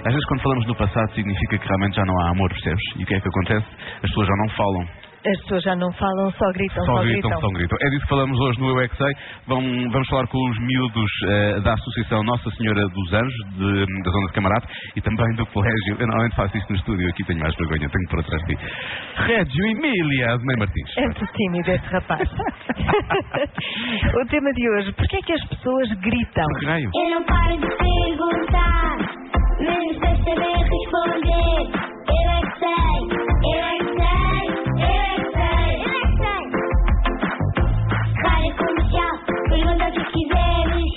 Às vezes, quando falamos no passado, significa que realmente já não há amor, percebes? E o que é que acontece? As pessoas já não falam, As pessoas já não falam, só gritam, só gritam, só gritam. É disso que falamos hoje no Eu é Que Sei. Vão- vamos falar com os miúdos eh, da Associação Nossa Senhora dos Anjos, de- da Zona de Camarate, e também do Colégio. Eu normalmente faço isto no estúdio, aqui tenho mais vergonha, tenho por atrás de ti. Régio Emília, de Mãe Martins. É muito tímido esse rapaz. o tema de hoje, porquê é que as pessoas gritam? Que raio? Eu não paro de perguntar, mesmo sem saber responder. Eu é que sei, eu é que sei, eu é que sei, eu é que sei. Rádio comercial, pergunta o que quiseres.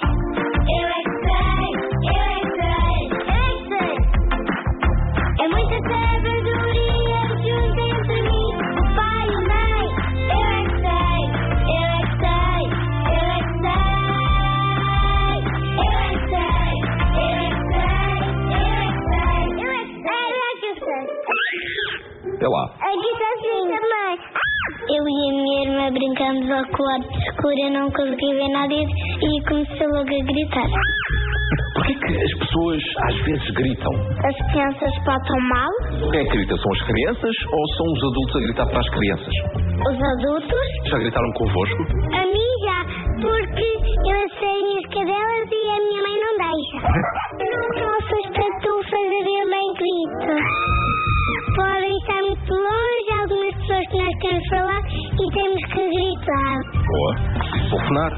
Eu é que sei, eu é que sei, eu é que sei. É muita sabedoria junto entre mim, o pai e a mãe. Eu é que sei, eu é que sei, eu é que sei. Eu é que sei, eu é que sei, eu é que sei, eu é que sei. Eu é que sei. Até lá. Aqui está assim também. Eu e a minha irmã brincamos ao quarto escuro, eu não consegui ver nada e e comecei logo a gritar. Porquê que as pessoas às vezes gritam? As crianças passam mal, Quem é que grita? São as crianças ou são os adultos a gritar para as crianças? os adultos Já gritaram convosco? A mim já, porque eu assei as minhas cadelas e a minha mãe não deixa. Nossas tartufas a minha mãe grita. Podem estar muito longe, algumas pessoas que nós queremos falar e temos que gritar. Boa. é Preciso telefonar.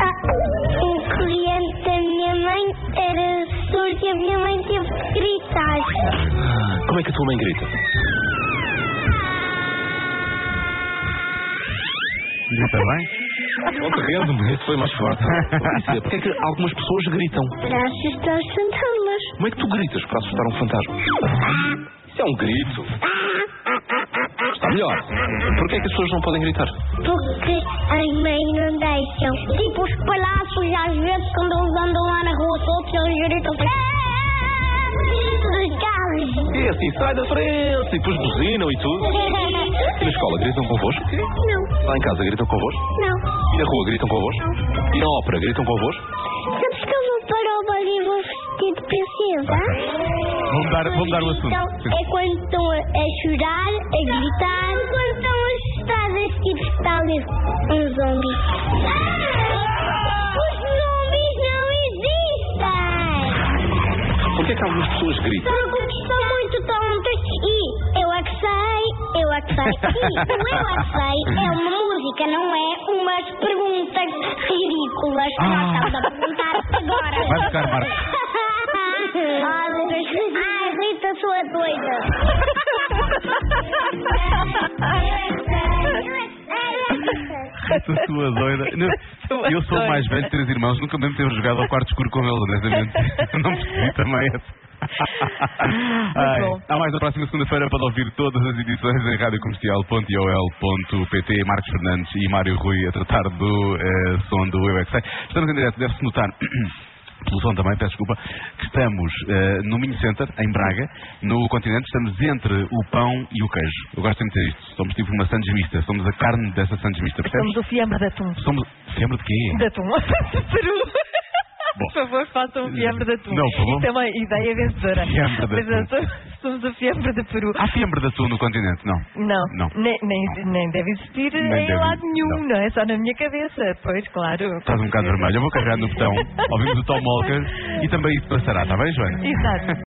Ah, um cliente da minha mãe era surdo e a minha mãe teve que gritar. Como é que a tua mãe grita? Grita bem? Pronto, rendo-me. Isso foi mais forte. Vou dizer, Porquê é que algumas pessoas gritam? Para assustar os fantasmas. Como é que tu gritas para assustar um fantasma? Isso é um grito. Está melhor. Porquê é que as pessoas não podem gritar? Porque as mães não deixam. Tipo os palhaços, às vezes, quando eles andam lá na rua todos, eles gritam. "Ah!" Dos carros. É assim, sai da frente. E depois buzinam e tudo. E na escola gritam convosco? Não, Lá em casa gritam convosco? não. E na rua gritam convosco? E na ópera gritam convosco? Sabes que eu vou para o banho e vou vestir de princesa? Vou mudar- vou mudar o assunto. Então, é quando estão a, a chorar, a gritar. É Quando estão assustadas, tipo, está ali um zombi. Ah! Os zumbis não existem! Porquê é que algumas pessoas gritam? Porque são muito tontos e eu é que sei, eu é que sei. E o eu é que sei é uma música, não é umas perguntas ridículas que nós estamos a perguntar agora. Vai buscar, Marcos. Ah, Ai, Rita, sua doida. é Essa sua doida. Não, eu sou o mais velho de três irmãos, nunca mesmo temos jogado ao quarto escuro com eles, honestamente. Não percebi também essa. Ai, bom. há mais na próxima segunda-feira para ouvir todas as edições em radiocomercial.iol.pt Marcos Fernandes e Mário Rui a tratar do eh, som do Eu É Que Sei. Estamos em direto, deve-se notar. Pelo som também, peço desculpa, que estamos eh, no Mini Center, em Braga, no continente, estamos entre o pão e o queijo. Eu gosto de dizer isto. Somos tipo uma sandes mista, somos a carne dessa sandes mista, percebes? Somos o fiambre de atum. Somos. Sempre de quê? De atum. Peru. Por favor, façam um fiambre de atum. Não, por favor. Isto é uma ideia vencedora. Fiambre de Mas atum. nós somos- somos o fiambre de Peru. Há fiambre de atum no continente, não? Não, Não. Nem, nem, nem deve existir Nem em deve- lado nenhum, não. não. é só na minha cabeça. Pois, claro. Estás um bocado vermelho. Eu vou carregar no botão. Ouvimos o Tom Walker e também isso passará, está bem, Joana? Exato.